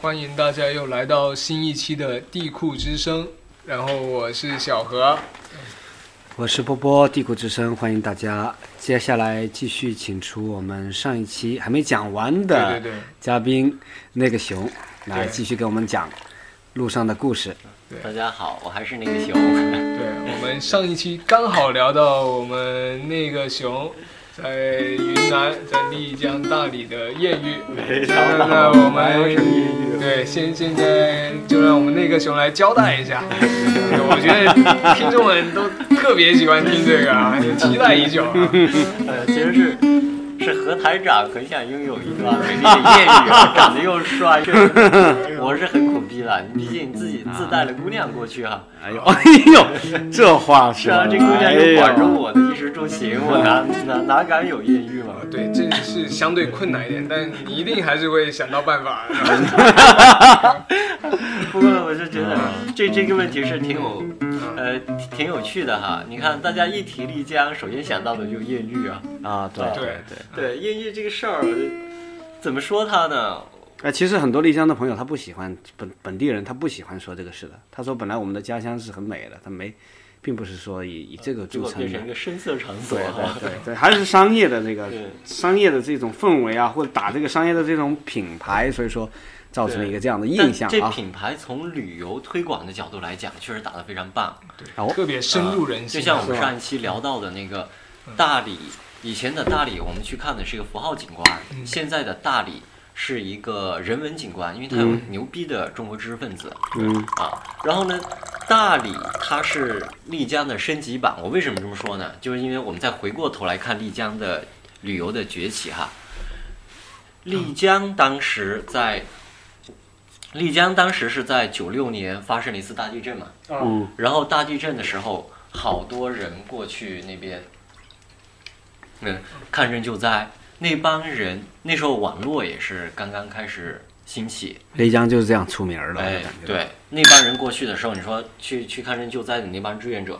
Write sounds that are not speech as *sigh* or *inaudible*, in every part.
欢迎大家又来到新一期的地库之声，然后我是小何。我是波波，帝国之声，欢迎大家。接下来继续请出我们上一期还没讲完对对的对嘉宾那个熊，来对继续给我们讲路上的故事。大家好，我还是那个 *laughs* 熊。对，我们上一期刚好聊到我们那个熊在云南在丽江大理的艳遇，那那我们对现现在就让我们那个熊来交代一下。对我觉得听众们都特别喜欢听这个啊，也期待已久啊。呃，其实是是何台长很想拥有一段美丽 *laughs* 的艳遇啊，长得又帅，又我是很苦逼了。毕竟你自己自带了姑娘过去啊。哎呦，哎呦，这话是说的，啊，这姑娘哎又呦管着我的衣食住行，我哪哪哪敢有艳遇嘛？对，这是相对困难一点，但你一定还是会想到办法。是吧不过我就觉得这这个问题是挺有，呃，挺挺有趣的哈。你看，大家一提丽江，首先想到的就是艳遇啊。啊，对对对。对，艳遇这个事儿，怎么说它呢？哎，其实很多丽江的朋友他不喜欢本本地人，他不喜欢说这个事的。他说本来我们的家乡是很美的，他没，并不是说以以这个结著果称变的成一。个深色场所对哈。对对对，还是商业的这个对商业的这种氛围啊，或者打这个商业的这种品牌，所以说造成了一个这样的印象但这啊。品牌从旅游推广的角度来讲，确实打得非常棒，哦特别深入人心。就像我们上一期聊到的那个大理，以前的大理我们去看的是一个符号景观，嗯现在的大理是一个人文景观，因为它有牛逼的中国知识分子嗯啊。然后呢，大理它是丽江的升级版。我为什么这么说呢？就是因为我们再回过头来看丽江的旅游的崛起哈。丽江当时在，丽江当时是在九六年发生了一次大地震嘛，嗯，然后大地震的时候，好多人过去那边，嗯，看人救灾。那帮人那时候网络也是刚刚开始兴起，丽江就是这样出名儿的，哎我感，觉。对，那帮人过去的时候，你说去去看人救灾的那帮志愿者，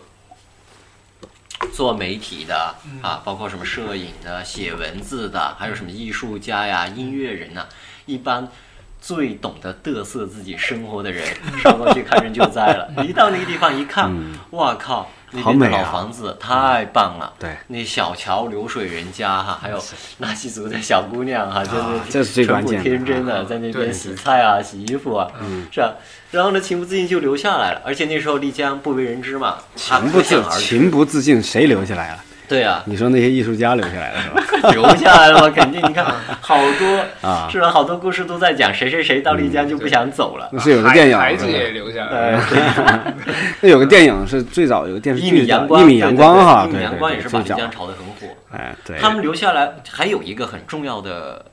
做媒体的啊，包括什么摄影的、写文字的，还有什么艺术家呀、音乐人呐、一般。最懂得嘚瑟自己生活的人，上过去看人救灾了。一到那个地方一看，哇靠，那嗯好边的美啊老房子太棒了，对那小桥流水人家哈，还有纳西族的小姑娘哈，真的啊这是最淳关朴键的天真啊的，在那对边洗菜啊、洗衣服啊，是吧？然后呢，情不自禁就留下来了。而且那时候丽江不为人知嘛，他情不可自想而知。情不自禁，谁留下来了？对啊，你说那些艺术家留下来了是吧？ *laughs* 留下来了嘛，肯定你看好多啊嗯是吧？好多故事都在讲谁谁谁到丽江就不想走了。那是有个电影，孩子也留下来了。*laughs* 呃，那有个电影是最早有个电视一剧米叫阳光，一米阳光哈，对对对一米对阳对光对，也是把最丽早江炒得很火。哎对，他们留下来还有一个很重要的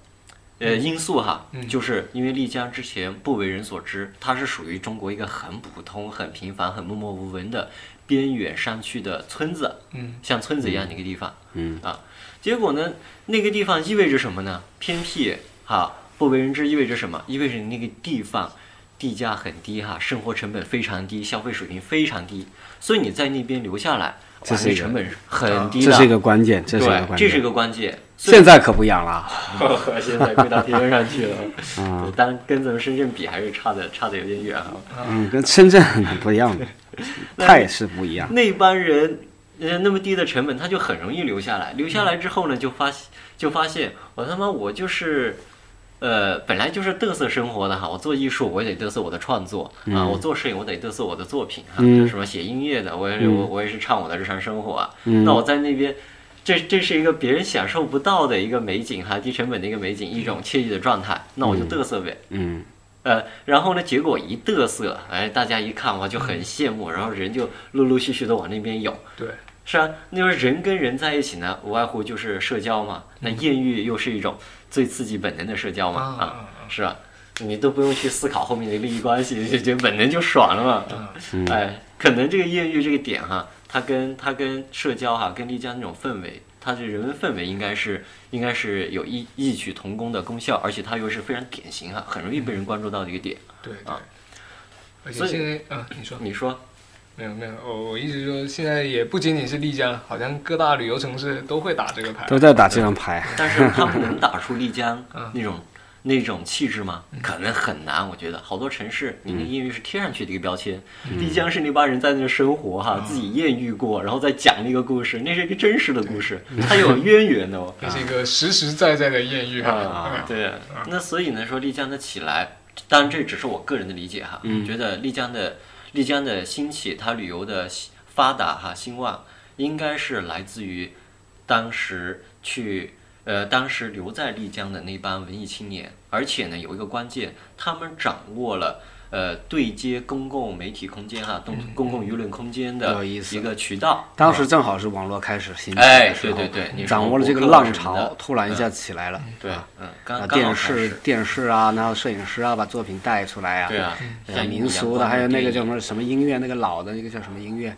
呃因素哈，嗯就是因为丽江之前不为人所知，它是属于中国一个很普通、很平凡、很默默无闻的边远山区的村子，嗯，像村子一样的一个地方，嗯啊，结果呢，那个地方意味着什么呢？偏僻哈，不为人知意味着什么？意味着那个地方。地价很低哈，生活成本非常低，消费水平非常低，所以你在那边留下来，这哇是那一个成本是很低的，这是一个关键，这是一个对，关这是键。一个关键。所以现在可不一样了啊，现在贵到天上去 *laughs* 了，对当然跟咱们深圳比还是差的差的有点远啊。嗯，跟深圳很不一 *laughs* 样的，态势不一样。那帮人，呃，那么低的成本，他就很容易留下来。留下来之后呢，就发就发现我他妈我就是。呃，本来就是嘚瑟生活的哈，我做艺术我也得嘚瑟我的创作、啊，我做摄影我得嘚瑟我的作品哈，嗯什么写音乐的，我也是、我我也是唱我的日常生活啊。嗯那我在那边，这这是一个别人享受不到的一个美景哈，低成本的一个嗯美景，一种惬意的状态，那我就嘚瑟呗。嗯，呃，然后呢，结果一嘚瑟，哎，大家一看哇就很羡慕，然后人就陆陆续续的往那边涌，对，是啊，那时候人跟人在一起呢，无外乎就是社交嘛，嗯那艳遇又是一种最刺激本能的社交嘛，啊啊，是啊，你都不用去思考后面的利益关系，就就本能就爽了嘛，嗯哎，可能这个艳遇这个点哈，它跟它跟社交哈，跟丽江那种氛围。它这人文氛围应该是应该是有异异曲同工的功效，而且它又是非常典型哈，很容易被人关注到的一个点。对对啊。而且所以现在啊，你说你说没有没有，我我一直说现在也不仅仅是丽江，好像各大旅游城市都会打这个牌。都在打这张牌。但是他不能打出丽江那种那种气质吗？可能很难，我觉得好多城市，你那个艳遇是贴上去的一个标签。丽江是那帮人在那生活哈，自己艳遇过，然后再讲那个故事，那是一个真实的故事，它有渊源的哦。这是一个实实在在的艳遇啊啊，，对，那所以呢，说丽江的起来，当然这只是我个人的理解哈，嗯、觉得丽江的丽江的兴起，它旅游的发达哈兴旺，应该是来自于当时去呃当时留在丽江的那帮文艺青年，而且呢有一个关键，他们掌握了。呃，对接公共媒体空间哈，公公共舆论空间的嗯有意思一个渠道，当时正好是网络开始兴起哎的时候，对对对你嗯说掌握了这个博客啊浪什么潮的，突然一下起来了。对，嗯，啊，刚刚好电开视始，电视啊，然后摄影师啊，把作品带出来啊，对啊，呃像民俗的，还有那个叫什么什么音乐，那个老的那个叫什么音乐，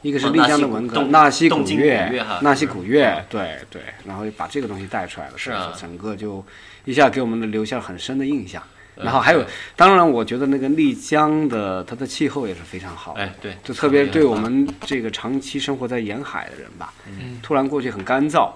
一个是哦丽纳江西的古文革，动纳西动古京古乐哈嗯纳西古乐，对对，然后就把这个东西带出来了，是所以说啊整个就一下给我们的留下了很深的印象。嗯然后还有，当然我觉得那个丽江的它的气候也是非常好的，哎，对，就特别对我们。们这个长期生活在沿海的人吧，嗯突然过去很干燥，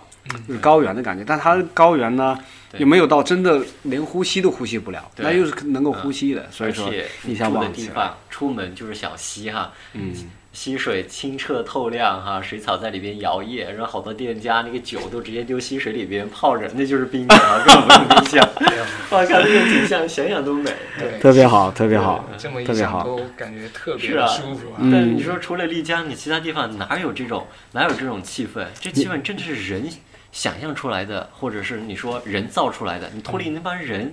就是高原的感觉。但它高原呢，又没有到真的连呼吸都呼吸不了，对嗯那又是能够呼吸的，所以说而且一你下住的忘地记了。方，出门就是小溪哈，嗯，溪水清澈透亮哈，水草在里边摇曳，然后好多店家那个酒都直接丢溪水里边泡着，那就是冰的啊，根本不用冰箱。我靠，这个景象想想都美。对，特别好，特别好，这么一特别想好。都感觉特别是啊舒服啊。嗯但你说除了丽江，你其他地方哪有这种哪有这种气氛？这气嗯氛真的是人想象出来的，或者是你说人造出来的。你脱离那帮人，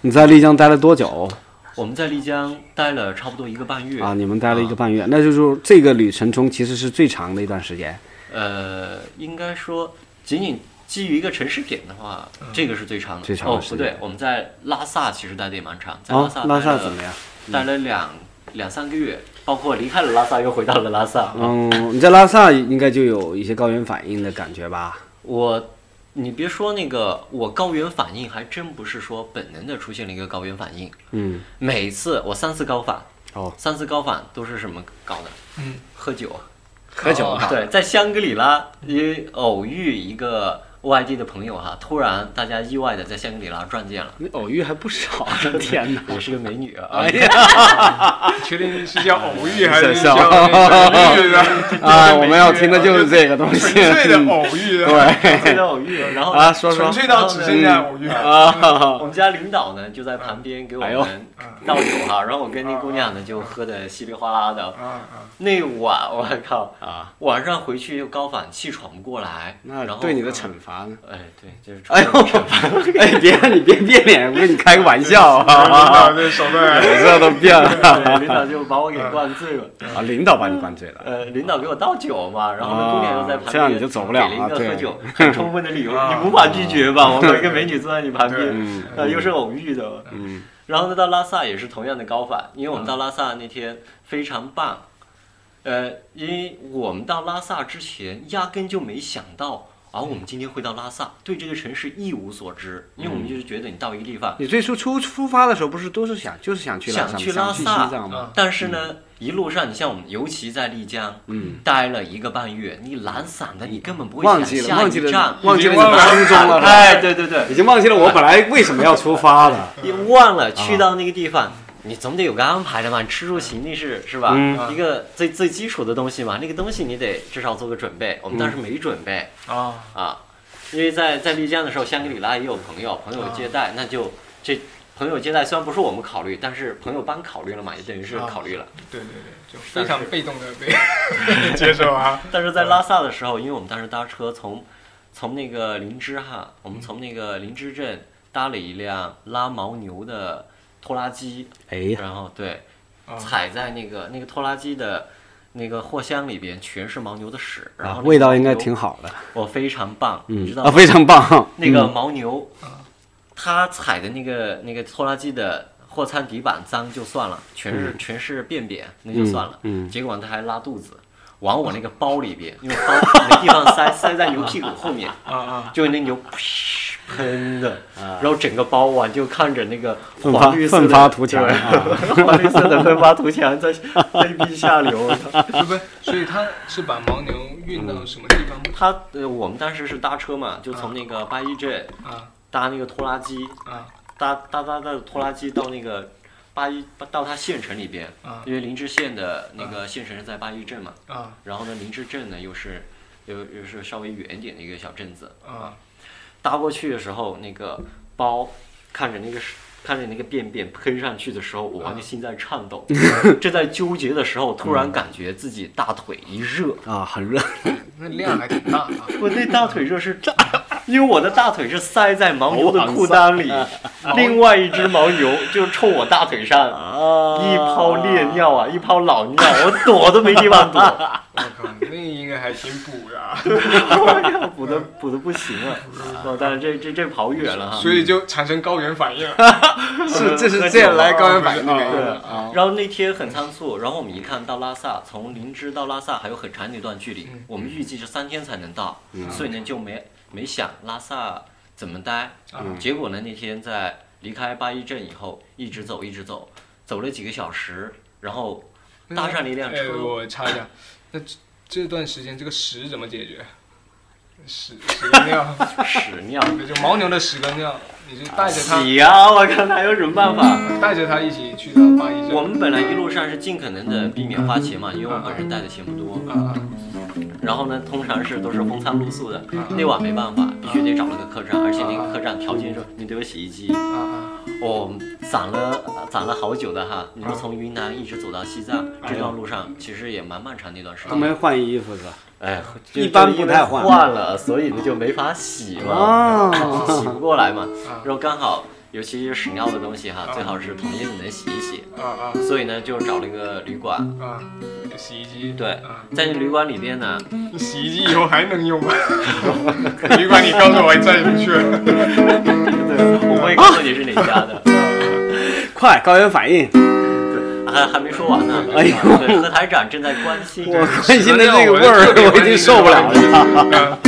你在丽江待了多久我们在丽江待了差不多一个半月啊？你们待了一个半月，那就是说这个旅程中其实是最长的一段时间。呃，应该说，仅仅基于一个城市点的话，这个是最长的。嗯最长的哦，时不间对，我们在拉萨其实待的也蛮长，在啊，萨拉拉萨怎么样？待了两两三个月，包括离开了拉萨又回到了拉萨。嗯，你在拉萨应该就有一些高原反应的感觉吧？我，你别说那个，我高原反应还真不是说本能的出现了一个高原反应，嗯，每次我三次高反，哦，三次高反都是什么搞的？嗯，喝酒啊。喝酒啊对，在香格里拉也偶遇一个外地的朋友哈，突然大家意外的在香格里拉撞见了，你偶遇还不 *laughs* 少，天哪！也是个美女哎啊，确定是叫偶遇还是笑叫 *laughs* 那个什么遇的？啊，我们要听的就是这个东西，纯粹的偶遇的，对在偶遇，然后啊，说纯说粹到只剩下偶遇。啊，我们家领导呢就在旁边给我哎呦们倒酒哈，然后我跟那姑娘呢就喝的稀里哗啦的，啊啊！那晚我靠，啊，晚上回去又高反，气喘不过来，那然后对你的惩罚呢？哎对，就是哎呦，哎，别你别变脸，我跟你开个玩笑啊，这手段我这都变了 *laughs* 对领导就把我给灌醉了。啊，领导把你灌醉了，呃，领导给我倒酒嘛，然后呢，姑娘又在旁边，啊这样你就走不了给了了一个对喝酒很充分的理由，啊你无法拒绝吧？我和一个美女坐在你旁对边嗯，呃，又是偶遇的，嗯，然后呢，到拉萨也是同样的高反，因为我们到拉萨那天非常棒，呃，因为我们到拉萨之前压根就没想到。啊，我们今天会到拉萨，对这个城市一无所知，因为嗯我们就是觉得你到一个地方，你最初出出发的时候不是都是想就是想去拉萨，想吗？去想拉去西萨藏吗？但是呢，一路上你像我们，尤其在丽江，嗯，待了一个半月，你懒散的，你根本不会忘想记了，下忘一记了站，，忘记了已你经忘的了初衷了，*laughs* 哎，对对对，已经忘记了我本来为什么要出发了。你忘了去到那个地方，你总得有个安排的嘛，你吃住行那是是吧？嗯一个最最基础的东西嘛，那个东西你得至少做个准嗯备。我们当时没准备啊！啊，因为在在丽江的时候，香格里拉也有朋友，朋友接啊待，那就这朋友接待虽然不是我们考虑，但是朋友帮考虑了嘛，也等于是啊考虑了。对对对，就非常被 *laughs* 动的被接受啊。但是在拉萨的时候，因为我们当时搭车从从那个林芝哈，我们从那个林芝镇搭了一辆拉牦牛的拖拉机，哎呀，然后对啊踩在那个那个拖拉机的那个货箱里边，全是牦牛的屎，然后那个啊味道应该牦牛挺，好的，我非常棒，你知嗯道啊，吗？非常棒。那个嗯牦牛，它踩的那个那个拖拉机的货舱底板脏就算了，全是、嗯全是便便，那就算了。嗯嗯结果它还拉肚子，往我那个包里 *laughs* 边，因为包没地方塞，塞在牛屁股后面，啊啊！就那牛噗喷的，然后整个包啊就看着那个奋发黄绿色的奋发图强对 *laughs* 啊黄绿色的奋发图强在 *laughs* 卑鄙下流。我操对不？所以他是把牦牛运到什么地方不他呃，我们当时是搭车嘛，就从那个八一镇啊搭那个拖拉机啊搭搭搭搭拖拉机到那个八一到他县城里边，啊因为林芝县的那个县城是在八一镇嘛，啊然后呢，林芝镇呢又是又又是稍微远一点的一个小镇子，啊搭过去的时候，那个包看着那个是看着那个便便喷上去的时候，我那心在颤抖。 *laughs* 正在纠结的时候，突然感觉自己大腿一热，啊，很热，那量还挺大啊！ *laughs* 我那大腿热是 *laughs* 因为我的大腿是塞在牦牛的裤裆 *laughs* 里，另外一只牦牛就冲我大腿上一泡烈尿啊，一泡老尿，我躲都没地方躲，我靠，那应该还挺补的啊， *laughs* 补的补的不行了。哦，但是这这这跑远了哈。所以就产生高原反应了。 *laughs* 是这是这样来高原反应的原因对啊。然后那天很仓促，然后我们一看到拉萨，从林芝到拉萨还有很长的一段距离，嗯我们预计是三天才能到，所以呢就没没想拉萨怎么待。嗯结果呢那天在离开八一镇以后，一直走一直走，走了几个小时，然后搭上了一辆哎，车，我插一下，那这这段时间这个屎怎么解决？屎屎跟尿， *laughs* 屎尿。那就牦牛的屎跟尿，你就带着嗯它，洗呀！我看还有什么办法？带着它一起去到八一镇。我们本来一路上是尽可能的避免花钱嘛，因为我嗯本人带的钱不多。啊然后呢，通常是都是风餐露宿的，嗯那晚没办法，必须得找了个客栈，而且那个客栈条件是你得有洗衣机。啊啊！哦，攒了攒了好久的哈，你说从云南一直走到西藏，哎这段路上其实也蛮漫长的一段时都间。没换衣服是吧？哎，就一般就因不为太换换了，所以呢就没法洗嘛，哦洗不过来嘛。然后刚好，尤其是屎尿的东西哈，嗯最好是统一的能洗一洗。啊啊所以呢，就找了一个旅馆，啊！有洗衣机对啊，嗯在那旅馆里 *laughs* 边呢，洗衣机以后还能用吗？旅馆你告诉我，还再也不去了。我不会告诉你是哪家的。快，高原反应！ *laughs* 啊还还没说完呢。 *laughs* 哎呦对，何台长正在关心。我关心的那个味儿屎和尿，我已经受不了了。了。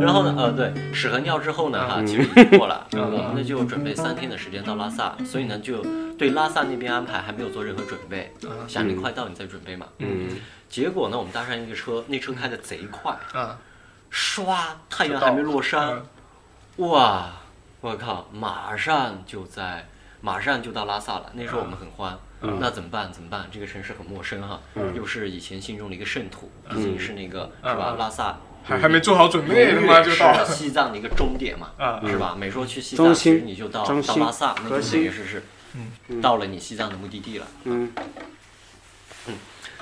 然后呢，呃，对，屎和尿之后呢，嗯哈，其实已经过 *laughs* 了。我们呢就准备三天的时间到拉萨，所以呢就对拉萨那边安排还没有做任何准备，嗯想你快到你再准备嘛。嗯。结果呢，我们搭上一个车，那车开的贼快，啊唰，太就阳到还没落山了，嗯哇，我靠，马上就在，马上就到拉萨了。那时候我们很慌，嗯那怎么办？怎么办？这个城市很陌生哈，又是以前心中的一个圣土，嗯毕竟是那个是吧？拉萨还还没做好准备，他永妈远嗯就是到了。西藏的一个终点嘛，啊是吧？每说去西中藏，其心实你就到中到心拉萨，那核就心等于是是，嗯到了你西藏的目的地了。嗯，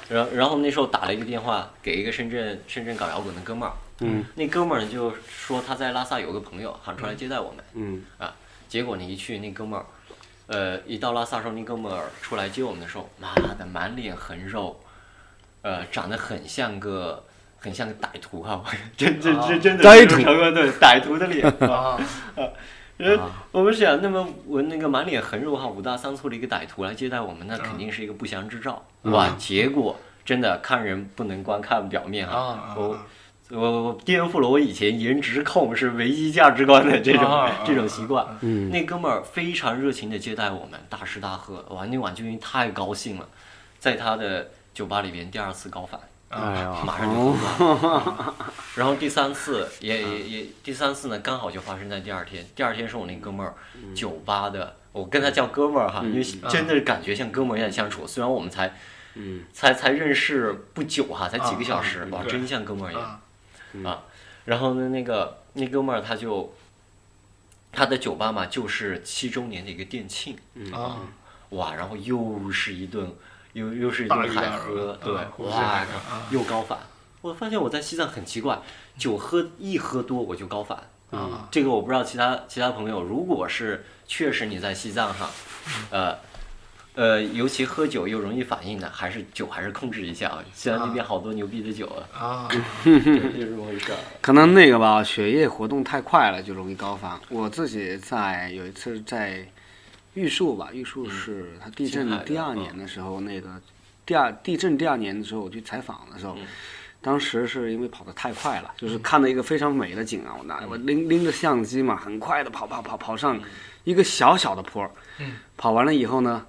然后然后那时候打了一个电话给一个深圳深圳搞摇滚的哥们儿，嗯，那哥们儿就说他在拉萨有个朋友，喊出来接待我们，嗯，啊，结果呢一去那哥们儿，呃，一到拉萨时候，那哥们儿出来接我们的时候，妈的满脸横肉，呃，长得很像个很像个歹徒哈、我真真真真的歹是徒成了对歹徒的脸。 *laughs* 啊呃，嗯我们想，那么我那个满脸横肉哈、五大三粗的一个歹徒来接待我们，那肯定是一个不祥之兆。哇，结果真的看人不能光看表面哈、啊我哦我我颠覆了我以前颜值控是唯一价值观的这种、啊啊这种习惯。嗯那哥们儿非常热情的接待我们，大吃大喝，哇，那晚就因为太高兴了，在他的酒吧里边第二次高反。哎呀，马上就疯了。然后第三次也也嗯也第三次呢，刚好就发生在第二天。第二天是我那哥们儿嗯酒吧的，我跟他叫哥们儿哈，因为真的感觉像哥们儿一样相处。虽然我们才嗯才才认识不久哈，才几个小时啊，哇，对真像哥们儿一样。啊然后呢，那个那哥们儿他就他的酒吧嘛，就是七周年的一个店庆。啊！哇，然后又是一顿，又又是一大顿鱼海大肉喝啊，对，胡吃哇海喝啊，又高反。我发现我在西藏很奇怪，酒喝一喝多我就高反。啊这个我不知道其他其他朋友，如果是确实你在西藏哈，呃。呃，尤其喝酒又容易反应的，还是酒还是控制一下啊。西藏那边好多牛逼的酒啊！啊，对就是这么回事儿。可能那个吧，血液活动太快了，就容易高反。我自己在有一次在玉树吧，玉树是它地震青海的第二年的时候，那个第二地震第二年的时候，我去采访的时候，当时是因为跑得太快了，就是看到一个非常美的景啊，我拿我拎拎着相机嘛，很快的跑跑跑跑上一个小小的坡儿，跑完了以后呢，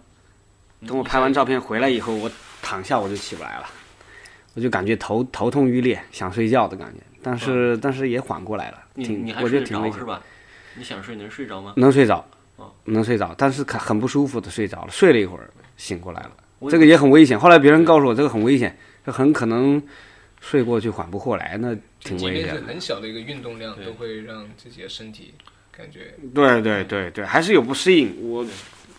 等我拍完照片回来以后，我躺下我就起不来了。我就感觉头头痛欲裂，想睡觉的感觉，但是、但是也缓过来了，你挺嗯你还我就睡挺着危险是。吧？你想睡能睡着吗？能睡着哦，能睡着，但是很很不舒服的睡着了，睡了一会儿醒过来了，我这个也很危险。后来别人告诉我这个很危险，这很可能睡过去缓不过来，那就挺即危便是险的。很小的一个运动量，对都会让自己的身体感觉对对对对，还是有不适应，我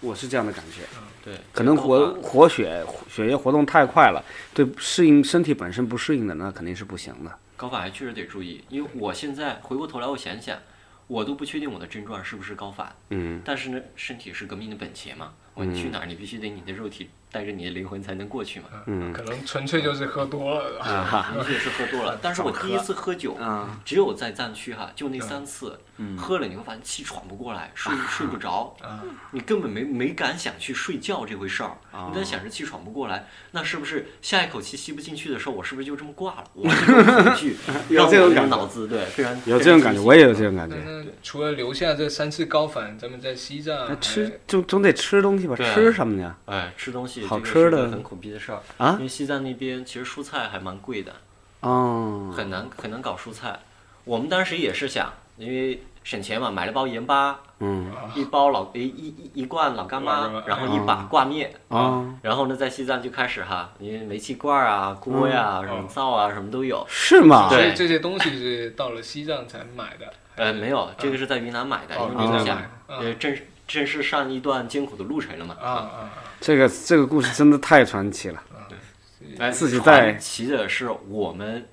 我是这样的感觉，对，可能这个活方法活血血液活动太快了，对适应身体本身不适应的那肯定是不行的。高反还确实得注意，因为我现在回过头来我想想，我都不确定我的症状是不是高反，嗯，但是呢，身体是革命的本钱嘛，我你去哪儿你必须得你的肉体带着你的灵魂才能过去嘛。嗯，可能纯粹就是喝多了吧。的确是喝多了，啊呃但是我第一次喝酒，啊只有在藏区哈，就那三次，嗯喝了你会发现气喘不过来，睡啊睡不着， *laughs* 你根本没没敢想去睡觉这回事儿，啊你在想着气喘不过来，那是不是下一口气吸不进去的时候，我是不是就这么挂了？我这种恐惧 *laughs* 有让这种我的感觉脑子对非常有这种感觉，我也有这。种感觉那。那除了留下这三次高反，咱们在西藏那还吃就总得吃东西吧？对啊吃什么呀？哎，吃东西好这个吃是一个的很苦逼的事儿啊因为西藏那边其实蔬菜还蛮贵的，哦，很难很难搞蔬菜。我们当时也是想，因为省钱嘛，买了包盐巴，嗯，一包老一一一一罐老干老干妈妈，然后一把挂面哦。然后呢，在西藏就开始哈，因为煤气罐啊、锅呀、什么灶啊，什么都有。是吗？所以对这些东西是到了西藏才买 *laughs* 的。呃，没有，这个是在云南买的，哦因为你云南想买，的呃，正正式上一段艰苦的路程了嘛。啊啊，这个这个故事真的太传奇了。哎，自己在传奇的是我们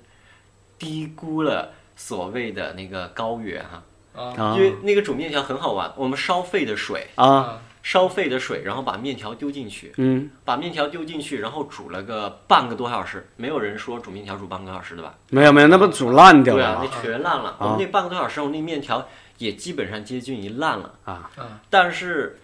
低估了所谓的那个高原哈，啊因为那个煮面条很好玩，我们烧沸的水，啊，烧沸的水，然后把面条丢进去，嗯，把面条丢进去，然后煮了个半个多小时，没有人说煮面条煮半个多小时的吧？没有没有，那不煮烂掉对了啊，吗？那全烂了。我们那半个多小时，我们那面条也基本上接近于烂了。啊啊！但是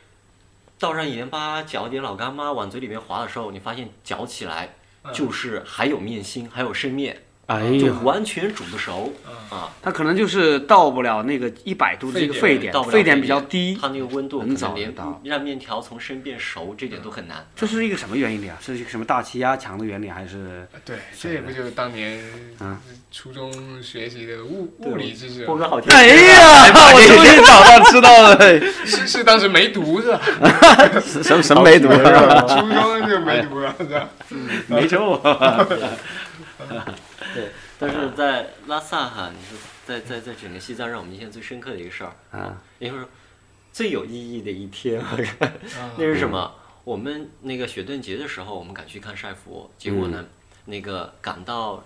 倒上盐巴，搅点老干妈往嘴里面滑的时候，你发现搅起来啊就是还有面心，还有生面，哎就呦，嗯完全煮不熟啊。它可能就是到不了那个一百度的这个沸点到，不了沸点比较低。它那个温度可很早能就连到让面条从生变熟这点都很难。这是一个什么原因的呀？这是一个什么大气压强的原理还是？对，这也不就是当年嗯初中学习的物物理知识啊，波哥好听，哎呀，我终于找到知道了，是是当时梅毒 *laughs* 是吧？ *laughs* 什么什么梅毒是吧？初中就梅毒了是吧？梅州对，但是在拉萨哈，你说在在在整个西藏，让我们印象最深刻的一个事儿，啊，也就是最有意义的一天，啊 *laughs* 那是什么？我们那个雪顿节的时候，我们赶去看晒佛，结果呢，那个赶到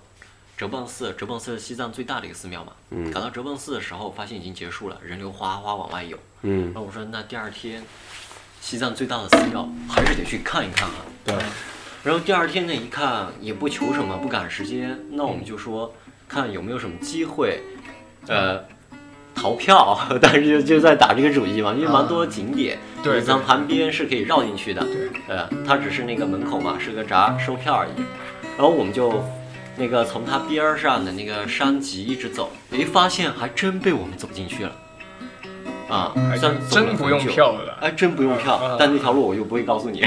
哲蚌寺，哲蚌寺是西藏最大的一个寺庙嘛，嗯赶到哲蚌寺的时候，发现已经结束了，人流哗哗往外涌。嗯然，后我说，那第二天，西藏最大的寺庙还是得去看一看啊。对，然后第二天呢，一看也不求什么，不赶时间，那我们就说看有没有什么机会，呃，逃票。 *laughs* 但是就就在打这个主意嘛，因为蛮多景点，啊对你从旁边是可以绕进去的。对，呃，它只是那个门口嘛，是个闸，收票而已。然后我们就那个从它边儿上的那个山脊一直走，诶，发现还真被我们走进去了。啊，还虽然真嗯真走了不很用久票 *laughs* 了，哎，真不用啊票啊，但那条路我就不会告诉你，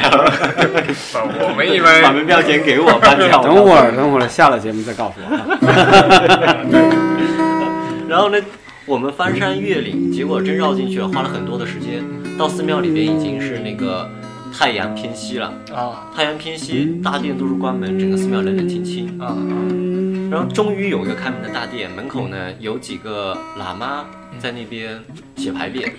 啊我们一把般门票钱给我，半 *laughs* 票。等会儿等会儿下了节目再告诉我。然后呢，我们翻山越岭，结果真绕进去了，花了很多的时间。到寺庙里边已经是那个太阳偏西了，啊太阳偏西，大殿都是关门，整个寺庙冷冷清清。啊然后终于有一个开门的大殿，门口呢有几个喇嘛在那边写排列。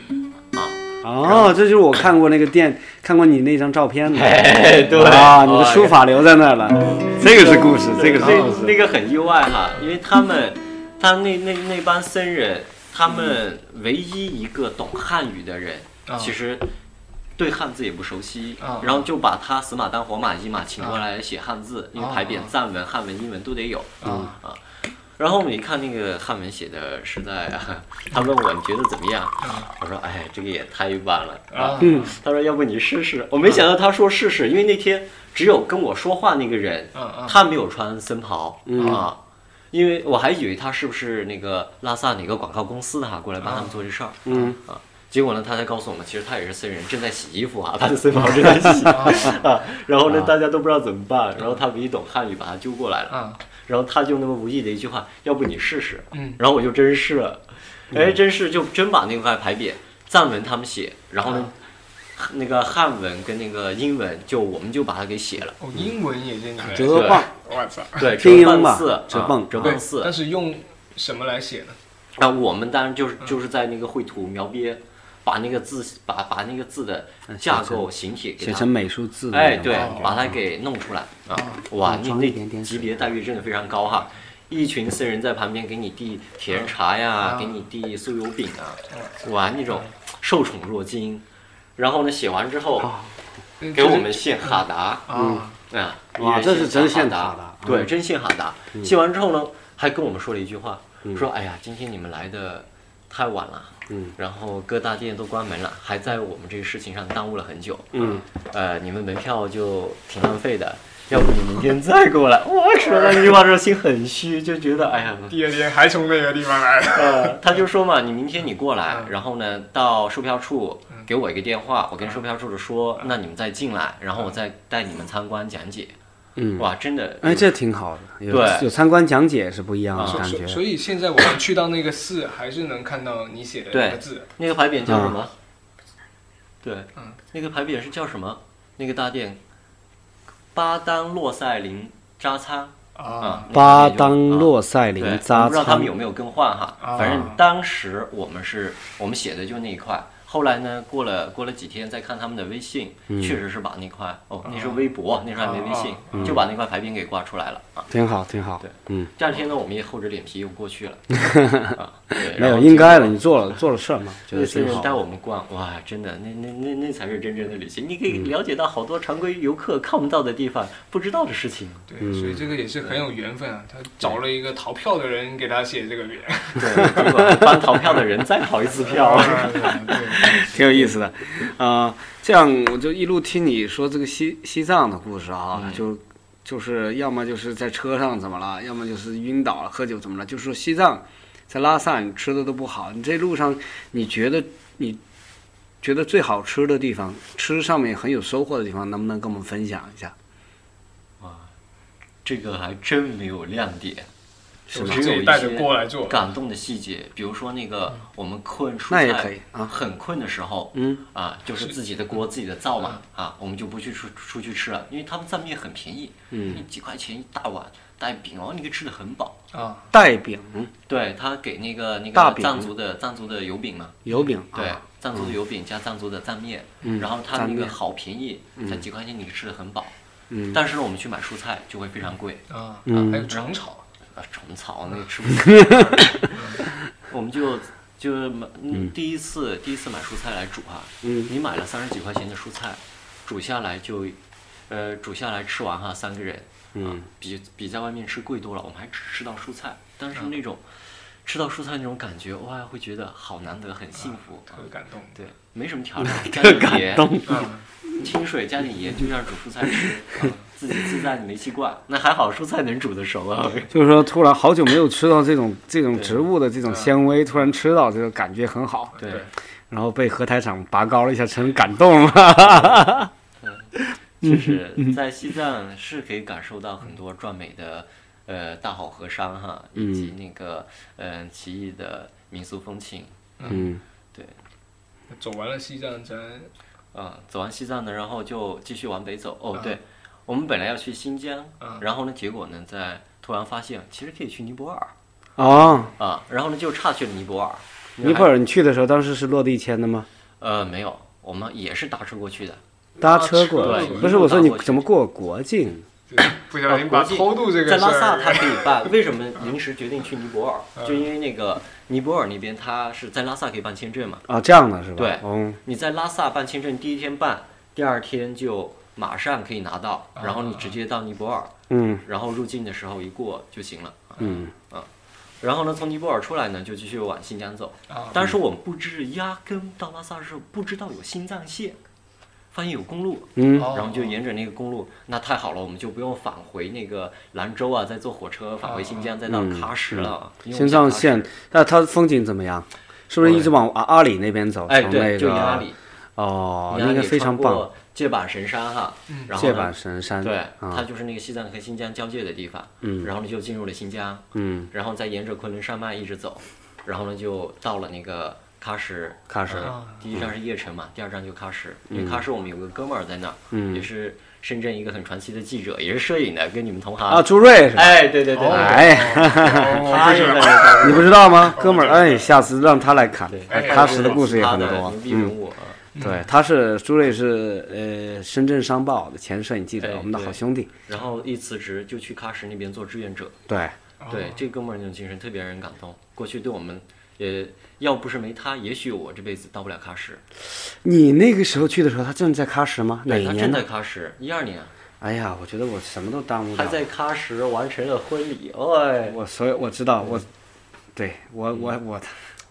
啊，哦，这就是我看过那个店，看过你那张照片的。 *laughs* 哎，对啊，你的哎书法留在那儿了，这个是故事，这个是故那事。那个很意外哈，因为他们，他那那那帮僧人，他们唯一一个懂汉语的人，嗯啊其实对汉字也不熟悉，啊然后就把他死马当活马医嘛请过来写汉字，因为牌匾藏文、汉文、英文都得有。啊然后我们一看那个汉文写的实在， *laughs* 他问我你觉得怎么样？我说哎，这个也太一般了啊！他说要不你试试？我没想到他说试试，因为那天只有跟我说话那个人啊啊，他没有穿僧袍啊，因为我还以为他是不是那个拉萨哪个广告公司的哈过来帮他们做这事儿，嗯啊，结果呢他才告诉我们，其实他也是僧人，正在洗衣服啊，他的僧袍正在 *laughs* 洗啊，然后呢大家都不知道怎么办，然后他唯一懂汉语把他揪过来了，啊然后他就那么无意的一句话，要不你试试，嗯然后我就真试了。哎，真是就真把那块牌匾藏文他们写，然后呢，那个汉文跟那个英文就我们就把它给写了。哦，英文也进来了，折棒，我操！对，折拼音半吧寺，折啊棒折啊棒对寺但。是用什么来写呢？那我们当然就是嗯就是在那个绘图描边，把那个字把把那个字的架构形体嗯给写它成，美术字的那哎，种对感觉，把它给弄出来啊！哇，嗯那装一点那点级水嗯别待遇真的非常高哈！一群僧人在旁边给你递嗯铁人茶呀，给你递酥油饼啊，哇，那嗯种受宠若惊。然后呢，写完之后给我们献哈达嗯啊，啊，哇一人这是献真献哈哈达对，嗯真献哈达。献完之后呢，还跟我们说了一句话，说：“哎呀，今天你们来的太晚了。”嗯然后各大店都关门了，还在我们这个事情上耽误了很久。嗯，呃，你们门票就挺浪费的，要不你明天再过来。 *laughs* 我说那句话之后心很虚，就觉得哎呀，嗯第二天还从那个地方来的。呃，他就说嘛，你明天你过来，嗯然后呢到售票处嗯给我一个电话，我跟售票处的说，那你们再进来，然后我再带你们参观讲解。嗯哇，真的，哎，这挺好的，有对啊嗯有参观讲解是不一样的所感所觉。所以现在我们去到那个寺，还是能看到你写的那个字。那个牌匾叫什么？啊对嗯，那个牌匾是叫什么？那个大殿，巴当洛塞林扎仓。啊啊，巴当洛塞对，我林不扎知道他们仓有没有更换哈啊。反正当时我们是我们写的就那一块，后来呢，过了过了几天再看他们的微信，嗯确实是把那块哦，啊那是微博，那时候还没微信，就把那块牌匾给挂出来了啊。挺好，挺好对。嗯，第二天呢，我们也厚着脸皮又过 *laughs* 去了。啊对没然有，后应该就的，你做了做了事儿嘛，觉那得些挺人好带。我们逛，哇，真的，那那那那才是真正的旅行。你可以嗯了解到好多常规游客看不到的地方、不知道的事情。对，嗯所以这个也是很有缘分嗯啊。他找了一个逃票的人给他写这个匾， *laughs* 对，结果帮逃票的人再逃一次票。 *laughs* *laughs* 对，挺有意思的，啊、这样我就一路听你说这个西西藏的故事啊，嗯就就是要么就是在车上怎么了，要么就是晕倒了喝酒怎么了，就说西藏在拉萨你吃的都不好，你这路上你觉得你觉得最好吃的地方，吃上面很有收获的地方，能不能跟我们分享一下？这个还真没有亮点，是只吧有一自己带着过些来做。感动的细节，比如说那个我们困蔬那菜，也可以啊很困的时候，嗯啊，就是自己的锅自己的灶嘛，啊，我们就不去出出去吃了，因为他们在面很便宜，嗯一几块钱一大碗带饼哦，你可以吃的很饱。啊，带饼、对他给那个那大个饼藏族的藏族的油饼嘛，油饼啊，对，藏族的油饼加藏族的蘸面，嗯然后它那蘸个面好便宜，才几块钱你吃的很饱。嗯但是呢，我们去买蔬菜就会非常贵，啊，嗯还有虫草，啊，虫草那个吃不起。 *laughs* *laughs* 我们就就买嗯第一次第一次买蔬菜来煮哈，嗯你买了三十几块钱的蔬菜，煮下来就，呃，煮下来吃完哈，三个人，嗯，比比在外面吃贵多了，我们还只吃到蔬菜，但是那种吃到蔬菜那种感觉，哇，会觉得好难得，很幸福，嗯特别感动。对，没什么调料，加点盐，啊，清水加点盐，就像煮蔬菜吃，啊自己自带的煤气罐，那还好，蔬菜能煮得熟啊。就是说，突然好久没有吃到这种这种对嗯植物的这种纤维，突然吃到，这个感觉很好。对对，然后被何台长拔高了一下，成感动了。就是在西藏是可以感受到很多壮美的，呃，大好河山哈，以及那个嗯、呃奇异的民俗风情。嗯，对，走完了西藏，咱啊、走完西藏呢，然后就继续往北走。哦，嗯对，我们本来要去新疆，然后呢，结果呢，在突然发现其实可以去尼泊尔 *laughs* 哦，啊，然后呢就岔去了尼泊尔。尼泊尔你去的时候，当时是落地签的吗？呃，没有，我们也是搭车过去的。搭车过搭啊来车过，去不是我说你怎么过国嗯境？对不小心把啊国际偷渡这个在事拉萨它儿，嗯可以办，为什么临时决定去尼泊尔？就因为那个尼泊尔那边它是在拉萨可以办签证嘛。啊，这样的是吧？对嗯，你在拉萨办签证，第一天办，第二天就马上可以拿到，嗯然后你直接到尼泊尔，嗯然后入境的时候一过就行了。啊嗯，然后呢，从尼泊尔出来呢，就继续往新疆走。啊当时我们不知，压根到拉萨的时候不知道有新藏线，发现有公路，嗯哦然后就沿着那个公路，那太好了，我们就不用返回那个兰州啊，再坐火车返回新疆，嗯再到喀什了。因为我新们想藏喀什线，，那它风景怎么样？是不是一直往阿阿里那边走？哎，从对，那就压个里，啊哦，压那里个非穿常棒。过戒板神山哈，嗯然后戒呢板神山，对，它啊，就是那个西藏和新疆交界的地方，然后呢就进入了新疆，嗯然后再沿着昆仑山脉一直走，然后呢就到了那个喀什，喀什啊嗯第一站是叶城嘛，第二站就喀什。因嗯为喀什我们有个哥们儿在那儿，嗯也是深圳一个很传奇的记者，也是摄影的，跟你们同行啊，。朱瑞是吧？哎，对对对，哦哎， *laughs* 他也在那儿你不知道吗，哥们儿？哎，下次让他来看对，哎哎喀什的故事也很他的多牛。逼人嗯，物啊。对，他是朱瑞是呃深圳商报的前摄影记者哎，我们的对好兄弟。然后一辞职就去喀什那边做志愿者，对，哦对，这哥们儿那种精神特别让人感动。过去对我们，也要不是没他，也许我这辈子到不了喀什。你那个时候去的时候，他正在喀什吗？哪对一哎他年真呢在？喀什，一二年，啊哎呀，我觉得我什么都耽误他了。在喀什完成了婚礼。哎，我所以我知道，我对我我我嗯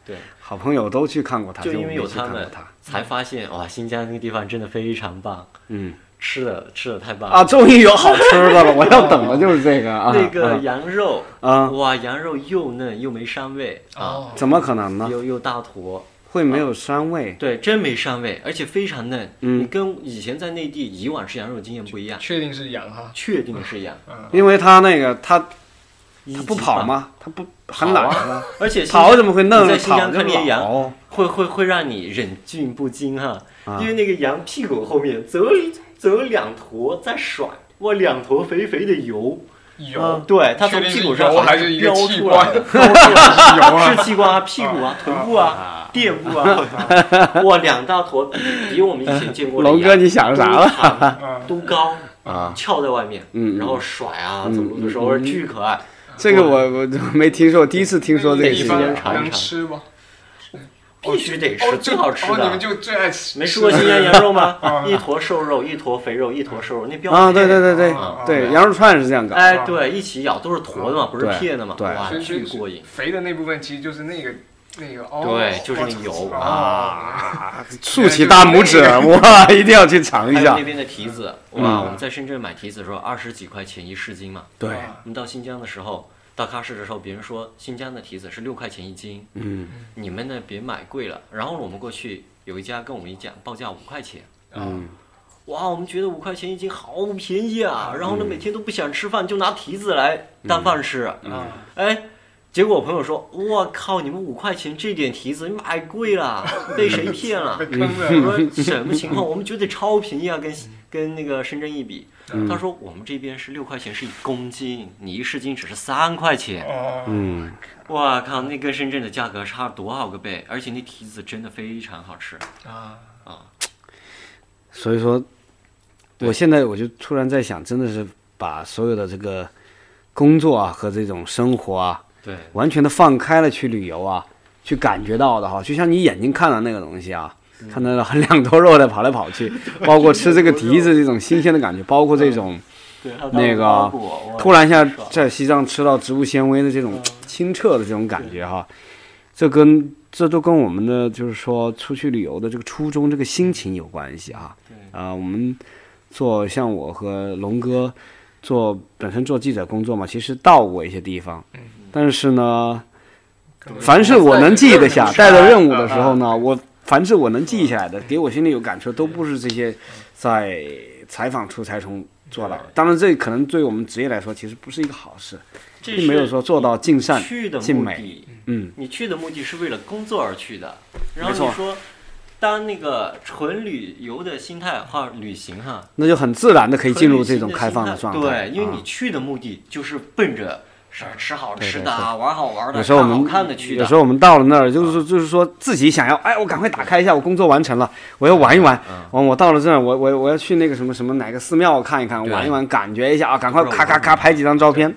对，好朋友都去看过他，就因我为没有去看过们他。，才发现哇，新疆那个地方真的非常棒，嗯吃的吃的太棒了。啊，终于有好吃的了，我要等的就是这个啊。 *laughs* 那个啊羊肉啊哇，羊肉又嫩又没膻味啊，哦，怎么可能呢？又又大坨，会没有膻味？对，真没膻味，而且非常嫩。嗯你跟以前在内地以往吃羊肉的经验不一样，确定是羊哈，确定是羊。嗯，因为他那个他他一不级跑棒？吗？他不很懒跑吗？而且新跑啊疆怎么会嫩你呢？在新跑啊疆就看绵羊，老。会会会让你忍俊不禁哈、啊因为那个羊屁股后面走走两坨在甩，哇，两坨肥肥的油，啊有对，它确从定屁是股上油好像还 *laughs* 是一个飙器出官来？的，油啊，是器官啊，屁股啊，臀部啊，垫部 *laughs* 啊，哇，两大坨比比我们以前见过的龙哥，羊你想啥了？嗯都高啊，翘在外面，嗯然后甩啊，嗯走路的时候嗯嗯巨可爱， *laughs* 这个我我没听说，第一次听说这那个一新般疆疆尝一能尝吃吗？必须得哦，吃，最好吃哦，你的们。就最爱吃，没吃过新 *laughs* 疆羊肉吗？啊一坨瘦肉，一坨肥肉，一坨瘦肉，那标啊，配对对对对啊对，羊肉串是这样搞。哎，对，一起咬都是坨的嘛，不是对片的嘛，对哇，啊所巨以过瘾。肥的那部分其实就是那个那个哦，对就是那油我操啊，竖起大拇指，对就哇，一定要去尝还一有下那。边的提子，嗯哇，我们在深圳买提子的时候二十几块钱一市斤嘛，对，啊我们到新疆的时候，到喀什的时候，别人说新疆的提子是六块钱一斤，嗯，你们呢别买贵了。然后我们过去有一家跟我们一讲报价五块钱，嗯，哇，我们觉得五块钱一斤好便宜啊！然后呢，每天都不想吃饭，就拿提子来当饭吃。啊，哎，结果我朋友说，我靠，你们五块钱这点提子你买贵了，被谁骗了被？坑我了，说什么情况？我们觉得超便宜啊，跟跟那个深圳一比。他说我们这边是六块钱是一公斤，你一市斤只是三块钱。哦，嗯，哇靠，那跟深圳的价格差多少个倍？而且那提子真的非常好吃。嗯啊，所以说，对我现在我就突然在想，真的是把所有的这个工作啊和这种生活啊，对，完全的放开了去旅游啊，去感觉到的哈，就像你眼睛看到那个东西啊。看到了两坨肉在跑来跑去，包括吃这个蹄子这种新鲜的感觉，包括这种对，还有那个包裹哇突然一下爽在西藏吃到植物纤维的这种清澈的这种感觉哈，这跟这都跟我们的就是说出去旅游的这个初衷、这个心情有关系哈。啊、我们做像我和龙哥做本身做记者工作嘛，其实到过一些地方，但是呢，凡是我能记得下带着任务啊的时候呢，我凡是我能记下来的，给我心里有感触，都不是这些在采访出差中做到的。当然，这可能对我们职业来说，其实不是一个好事，这并没有说做到尽善去的尽目美。的，嗯，你去的目的是为了工作而去的。然没后错你说，当那个纯旅游的心态哈，旅行哈，那就很自然的可以纯进入旅这行种的开心放态的状态。对，因为啊你去的目的就是奔着是吃好吃对的啊，玩好玩的，有时候我看好们看的去有的啊时。候我们到了那儿，就是说就是说自己想要，哎，我赶快打开一下，我工作完成了，我要玩一啊玩。完，我到了这儿，我我我要去那个什么什么哪个寺庙看一看，对玩一玩，感觉一下啊，赶快不知咔道咔咔拍几张照片。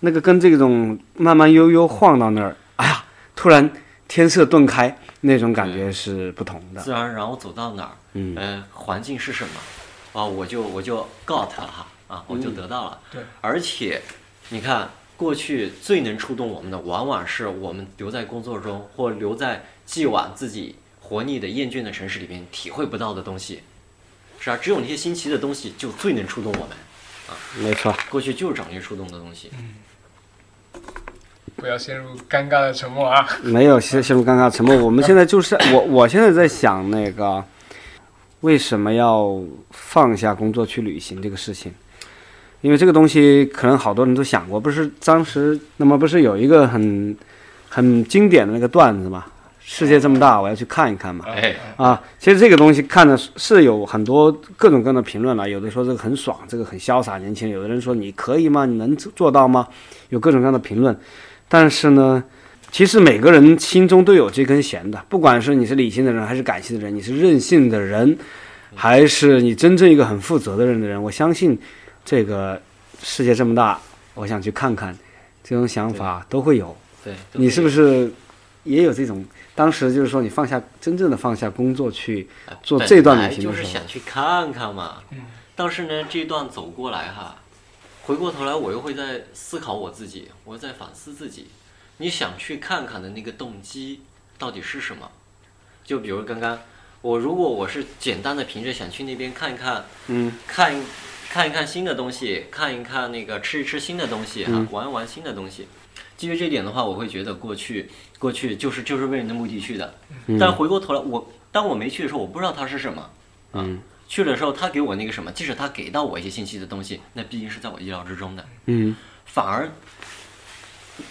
那个跟这种慢慢悠悠晃到那儿，哎呀，突然天色顿开，那种感觉是不同的。自然而然，我走到哪儿，嗯呃，环境是什么，啊，我就我就 got 了哈，嗯啊，我就得到了。对，而且你看，过去最能触动我们的，往往是我们留在工作中，或留在既往自己活腻的、厌倦的城市里面体会不到的东西，是啊，只有那些新奇的东西，就最能触动我们。没错，过去就是找那些触动的东西。不要陷入尴尬的沉默啊，没有陷陷入尴尬沉默。我们现在就是我，我现在在想那个为什么要放下工作去旅行这个事情，因为这个东西可能好多人都想过，不是当时那么不是有一个很很经典的那个段子嘛，世界这么大，我要去看一看嘛。哎，啊，其实这个东西看的是有很多各种各样的评论了，有的说这个很爽，这个很潇洒，年轻人；有的人说你可以吗？你能做到吗？有各种各样的评论。但是呢，其实每个人心中都有这根弦的，不管是你是理性的人还是感性的人，你是任性的人，还是你真正一个很负责的人的人，我相信这个世界这么大，我想去看看，这种想法都会有。对，你是不是是也有这种？当时就是说，你放下真正的放下工作去做这段旅行就的时是候，想去看看嘛。但是呢，这一段走过来哈，回过头来我又会在思考我自己，我在反思自己。你想去看看的那个动机到底是什么？就比如刚刚我，如果我是简单的凭着想去那边看一看，嗯，看一看一看新的东西，看一看那个吃一吃新的东西哈、嗯玩一玩新的东西。基于这点的话，我会觉得过去过去就是就是为了你的目的去的，但回过头来，我当我没去的时候，我不知道它是什么。嗯去了之后，他给我那个什么，即使他给到我一些信息的东西，那毕竟是在我意料之中的。嗯反而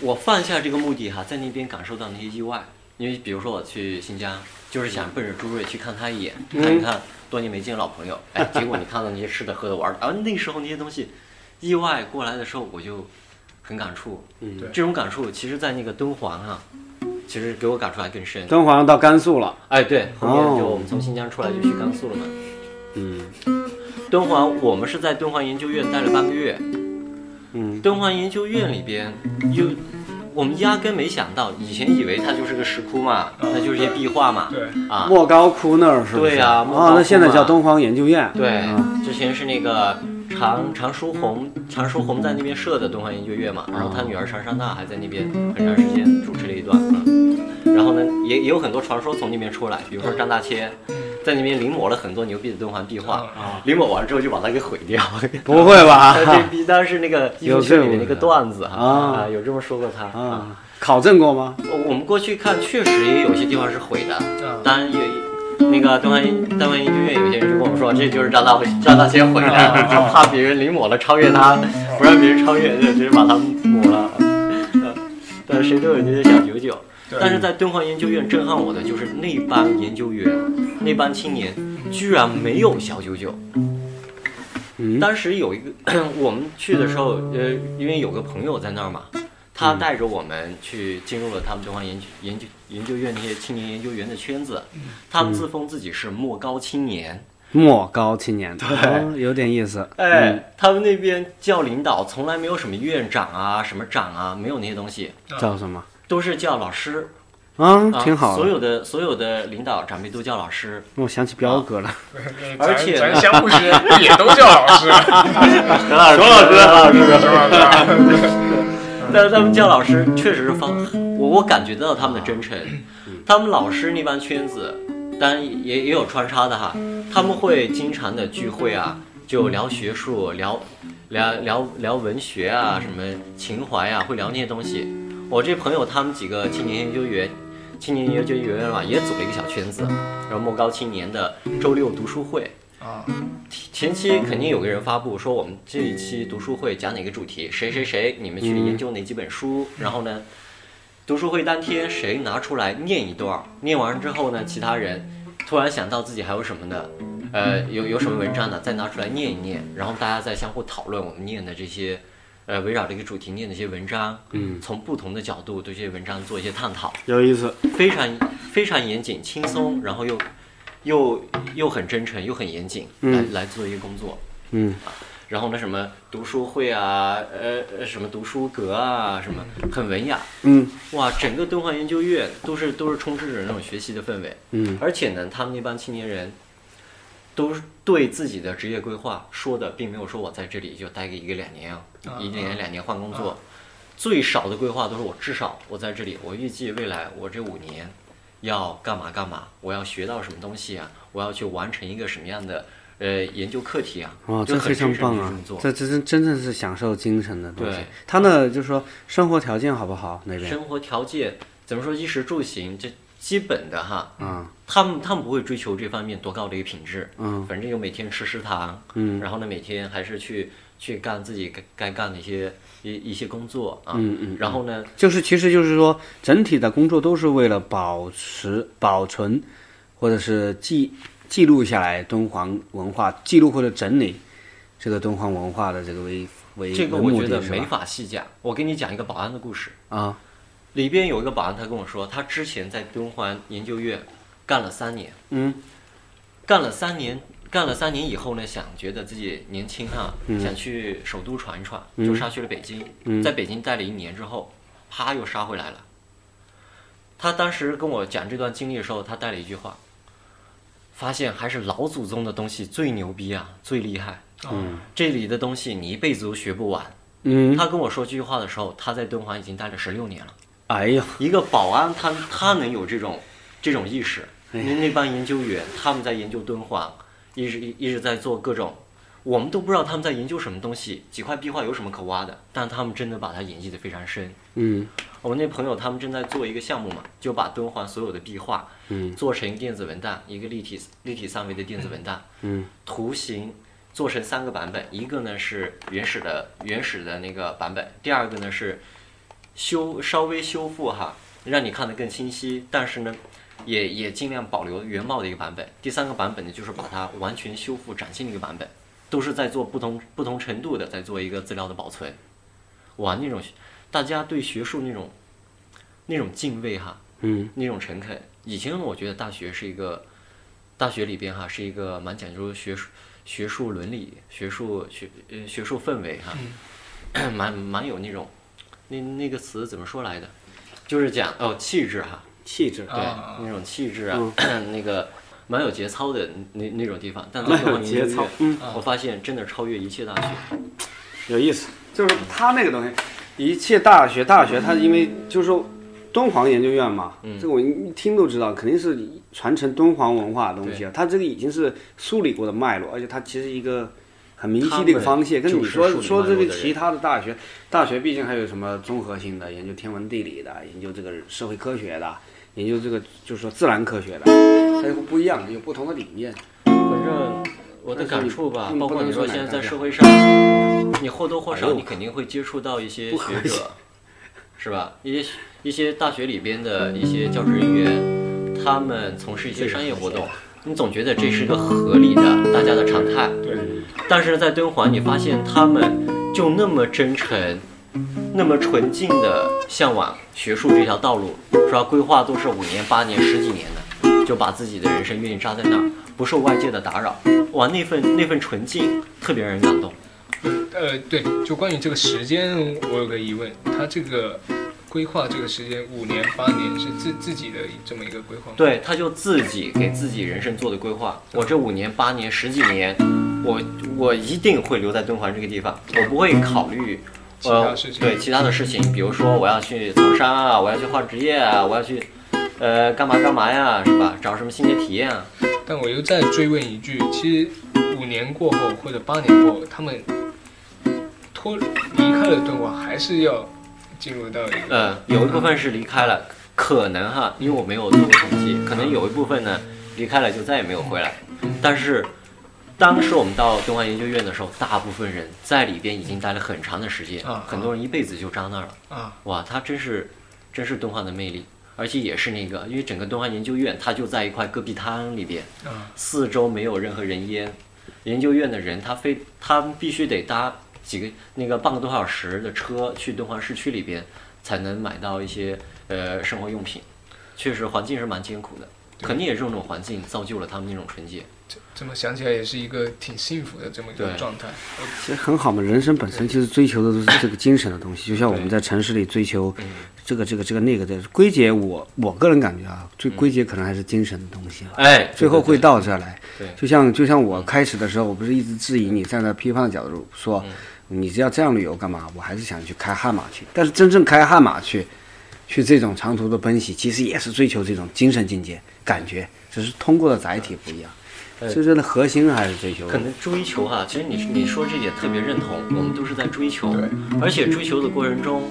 我放下这个目的哈，在那边感受到那些意外。因为比如说我去新疆，就是想奔着朱瑞去看他一眼，看一看多年没见的老朋友。哎，结果你看到那些吃的、喝的、玩的，啊，那时候那些东西意外过来的时候，我就很感触。嗯对这种感触，其实，在那个敦煌啊，其实给我感触还更深。敦煌到甘肃了，哎，对，后面就哦我们从新疆出来就去甘肃了嘛。嗯敦煌，我们是在敦煌研究院待了半个月。嗯敦煌研究院里边有，我们压根没想到，以前以为它就是个石窟嘛，那就是些壁画嘛，对，啊，莫高窟那儿是不是？对呀莫高窟哦，那现在嘛叫敦煌研究院。对啊，之前是那个常常书鸿，常书鸿在那边设的敦煌研究院嘛，然后他女儿常珊娜还在那边很长时间主持了一段，嗯，然后呢，也也有很多传说从那边出来，比如说张大千。在那边临摹了很多牛逼的敦煌壁嗯画，啊临摹完之后就把它给毁掉。不会吧？啊，这逼当时那个艺术有圈这里面种那个的段子哈啊啊，有这么说过他啊。啊，考证过吗？我们过去看，确实也有些地方是毁的，啊，当然也那个东方东方研究院有些人就跟我说，这就是张大张大千毁的，啊怕别人临摹了超越他，不让别人超越，就直接把他抹了。呃但谁都有这些小九九。对但是在敦煌研究院震撼我的就是那帮研究员，那帮青年居然没有小九九。嗯当时有一个 *clears throat* 我们去的时候，呃，因为有个朋友在那儿嘛，嗯他带着我们去进入了他们敦煌研究研究研究院那些青年研究员的圈子，嗯他们自封自己是莫高青年。莫高青年，对、有点意思。嗯，哎，他们那边叫领导从来没有什么院长啊、什么长啊，没有那些东西，叫什么？都是叫老师。啊，嗯啊、挺好所的。有的所有的领导长辈都叫老师，我想起彪哥啊了，而而且咱相互师也都叫老师，啊 *laughs* 何老师，何老师，何老师。是吧？嗯是吧但是他们叫老师确实是方，我我感觉到他们的真诚。他们老师那帮圈子，当然也也有穿插的哈，他们会经常的聚会啊，就聊学术，聊聊聊聊文学啊，什么情怀啊，会聊那些东西。我这朋友他们几个青年研究员，青年研究员嘛，也组了一个小圈子，然后莫高青年的周六读书会。啊，前期肯定有个人发布说，我们这一期读书会讲哪个主题，谁谁谁，你们去研究哪几本书，然后呢，读书会当天谁拿出来念一段儿，念完之后呢，其他人突然想到自己还有什么呢，呃，有有什么文章呢，再拿出来念一念，然后大家再相互讨论我们念的这些，呃，围绕这个主题念的一些文章，嗯，从不同的角度对这些文章做一些探讨，有意思。非常非常严谨、轻松，然后又又又很真诚，又很严谨，嗯来来做一个工作。嗯然后呢，什么读书会啊，呃，呃什么读书阁啊，什么很文雅，嗯哇，整个敦煌研究院都是都是充斥着那种学习的氛围，嗯，而且呢，他们那帮青年人，都是对自己的职业规划说的，并没有说我在这里就待个一个两年啊，啊一年两年换工作，最少的规划都是我至少我在这里，我预计未来我这五年要干嘛干嘛，我要学到什么东西啊，我要去完成一个什么样的呃研究课题啊，哇，就这很非常真诚棒地啊这么！做。这这真真正是享受精神的东西对。他呢，就是说生活条件好不好那边？生活条件怎么说，衣食住行这基本的哈，嗯他们他们不会追求这方面多高的一个品质，嗯反正就每天吃食堂，嗯然后呢每天还是去去干自己该该干的一些一一些工作啊，嗯嗯，然后呢，就是其实就是说，整体的工作都是为了保持、保存，或者是记记录下来敦煌文化，记录或者整理这个敦煌文化的这个为为这个为我目觉嗯的得是没吧？法细讲。我跟你讲一个保安的故事，啊，里边有一个保安，他跟我说，他之前在敦煌研究院干了三年，嗯干了三年，干了三年以后呢，想觉得自己年轻哈，想去首都闯一闯，就杀去了北京，嗯在北京待了一年之后，啪又杀回来了。他当时跟我讲这段经历的时候，他带了一句话，发现还是老祖宗的东西最牛逼啊，最厉害。嗯，这里的东西你一辈子都学不完。嗯，他跟我说这句话的时候，他在敦煌已经待了十六年了。哎呦，一个保安他他能有这种这种意识，那那帮研究员他们在研究敦煌，一直一直在做各种，我们都不知道他们在研究什么东西，几块壁画有什么可挖的，但他们真的把它演绎的非常深。嗯我们那朋友他们正在做一个项目嘛，就把敦煌所有的壁画嗯做成电子文档，一个立体立体三维的电子文档，嗯图形做成三个版本，一个呢是原始的原始的那个版本，第二个呢是修稍微修复哈，让你看得更清晰，但是呢也也尽量保留原貌的一个版本。第三个版本呢就是把它完全修复展现的一个版本，都是在做不同不同程度的在做一个资料的保存。哇，那种大家对学术那种那种敬畏哈，嗯那种诚恳。以前我觉得大学是一个，大学里边哈是一个蛮讲究学术、学术伦理、学术学呃学术氛围哈，嗯 *clears throat* 蛮蛮有那种，那那个词怎么说来的？就是讲哦气质哈，气质对、啊那种气质啊，嗯 *clears throat* 那个蛮有节操的那那种地 *laughs* 方。但在蛮有东方音乐节操嗯啊我发现真的超越一切大学。有意思，就是他那个东西，一切大学大学，他因为就是说敦煌研究院嘛，嗯这个我一听都知道，肯定是传承敦煌文化的东西啊。他这个已经是梳理过的脉络，而且它其实一个很明晰的一个方向。他们跟你说就是梳理说脉络这的个人其他的大学，大学毕竟还有什么综合性的研究天文地理的，研究这个社会科学的，研究这个就是说自然科学的，它又不一样，有不同的理念。反正我的感触但吧是，你嗯包括你说不能说啊现在在哪社会上，你或多或哎少呦你肯定会接触到一些不合学适者，是吧？一些一些大学里边的一些教职人员，他们从事一些商业活动，啊你总觉得这是个合理的大家的常态。对，但是在敦煌，你发现他们就那么真诚，那么纯净的向往学术这条道路，是吧？规划都是五年、八年、十几年的，就把自己的人生愿意扎在那儿，不受外界的打扰。哇，那份那份纯净特别让人感动。呃，对，就关于这个时间，我有个疑问，他这个规划这个时间五年八年是自自己的这么一个规划吗？对，他就自己给自己人生做的规划。我这五年、八年、十几年，我我一定会留在敦煌这个地方，我不会考虑。其呃他事，情对其他的事情，比如说我要去从商啊，我要去换职业啊，我要去，呃，干嘛干嘛呀，是吧？找什么新的体验啊？但我又再追问一句，其实五年过后或者八年过后，他们脱离开了敦煌，还是要进入到一个呃，有一部分是离开了，可能哈，因为我没有做过统计，可能有一部分呢离开了就再也没有回来。但是当时我们到东华研究院的时候，大部分人在里边已经待了很长的时间啊，很多人一辈子就扎那儿了。啊，哇，它真是真是敦煌的魅力，而且也是那个，因为整个敦煌研究院它就在一块戈壁滩里边，啊四周没有任何人烟。研究院的人他非他必须得搭几个那个半个多小时的车去敦煌市区里边，才能买到一些呃生活用品。确实环境是蛮艰苦的，肯定也是这种环境造就了他们那种纯洁。这这么想起来也是一个挺幸福的这么一个对状态。其实很好嘛，人生本身其实追求的都是这个精神的东西，就像我们在城市里追求这个这个这个那个的。归结我我个人感觉啊，最归结可能还是精神的东西吧，哎，最后会对对到这儿来。对就像就像我开始的时候，我不是一直质疑你站在批判的角度说，嗯你只要这样旅游干嘛？我还是想去开悍马去。但是真正开悍马去，去这种长途的奔袭，其实也是追求这种精神境界感觉，只是通过的载体不一样。真正的核心还是追求可能追求哈、其实你你说这也特别认同，我们都是在追求，而且追求的过程中，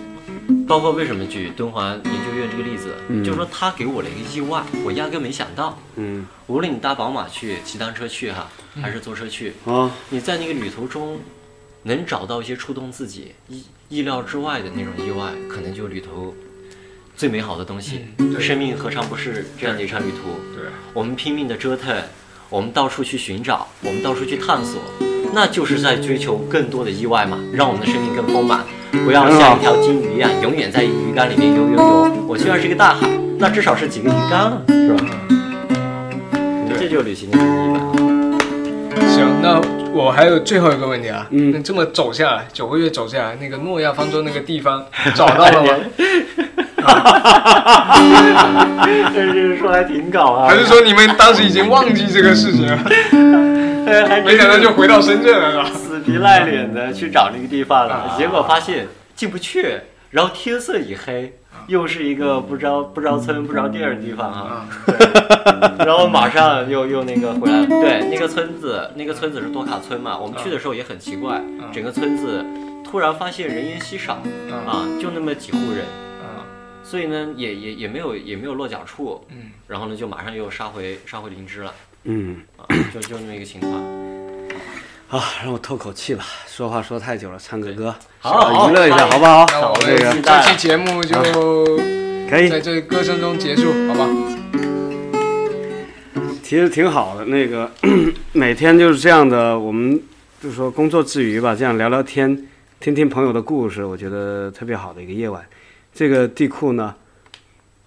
包括为什么举敦煌研究院这个例子，嗯就是说他给我了一个意外，我压根没想到。嗯无论你搭宝马去、骑单车去哈，嗯还是坐车去，啊，你在那个旅途中，能找到一些触动自己意意料之外的那种意外，可能就旅途最美好的东西。嗯对生命何尝不是这样的一场旅途？对，我们拼命的折腾，我们到处去寻找，我们到处去探索，那就是在追求更多的意外嘛，让我们的生命更丰满，不要像一条金鱼一样永远在鱼缸里面游游游。我虽然是个大海，那至少是几个鱼缸，啊是吧？这就是旅行的意义吧。行，那我还有最后一个问题啊，嗯那这么走下来，九个月走下来，那个诺亚方舟那个地 *laughs* 方找到了吗？ *laughs* 这是说还挺搞啊还是说你们当时已经忘记这个事情了？没想到就回到深圳了，是吧？死皮赖脸的去找那个地方了啊，结果发现进不去，然后天色已黑，又是一个不着不着村不着店儿的地方啊，啊， *laughs* 然后马上又又那个回来，对，那个村子那个村子是多卡村嘛，我们去的时候也很奇怪，整个村子突然发现人烟稀少啊，就那么几户人，啊，所以呢也也也没有也没有落脚处，嗯，然后呢就马上又杀回杀回灵芝了嗯啊，就就那么一个情况，啊，让我透口气吧，说话说太久了，唱个歌，好好娱乐一下好好不好？那我这们个期这待期节目就可在以，这歌声中结束，好吧？其实挺好的。那个 *clears throat* 每天就是这样的，我们就说工作之余吧，这样聊聊天，听听朋友的故事，我觉得特别好的一个夜晚。这个地库呢，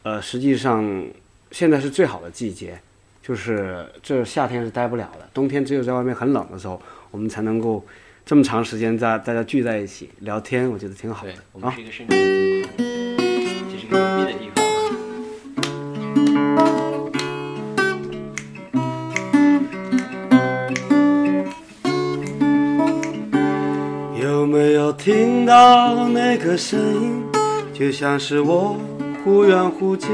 呃，实际上现在是最好的季节，就是这夏天是待不了的，冬天只有在外面很冷的时候，我们才能够这么长时间在大家聚在一起聊天，我觉得挺好对，我的们啊是。一个深圳的地方，这是一个牛逼的地方啊。有没有听到那个声音？就像是我忽远忽近，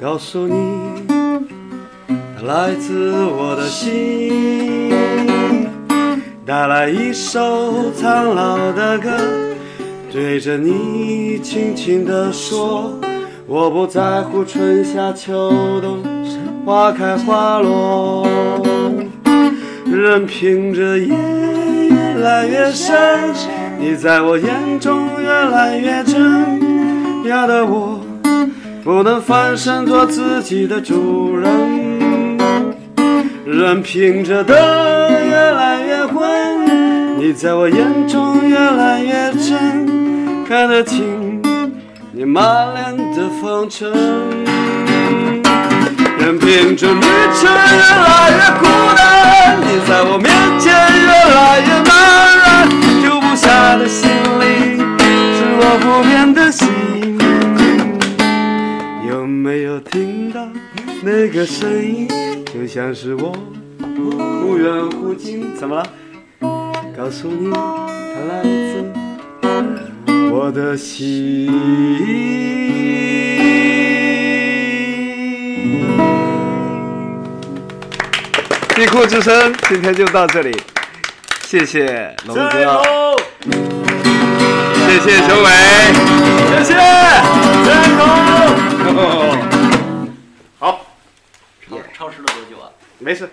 告诉你，它来自我的心，带来一首苍老的歌，对着你轻轻地说，我不在乎春夏秋冬，花开花落。任凭这夜越来越深，你在我眼中越来越真，压得我不能翻身做自己的主人。任凭这灯越来越昏，你在我眼中越来越真，看得清你满脸的风尘。任凭这旅程越来越孤单，你在我面前越来越茫然，丢不下的行李是我不变的心。有没有听到那个声音？就像是我忽远忽近。怎么了？告诉你，它来自我的心。地库之声，今天就到这里，谢谢龙哥，谢谢熊伟，谢谢真龙。超超时了多久啊？ *laughs* 没事，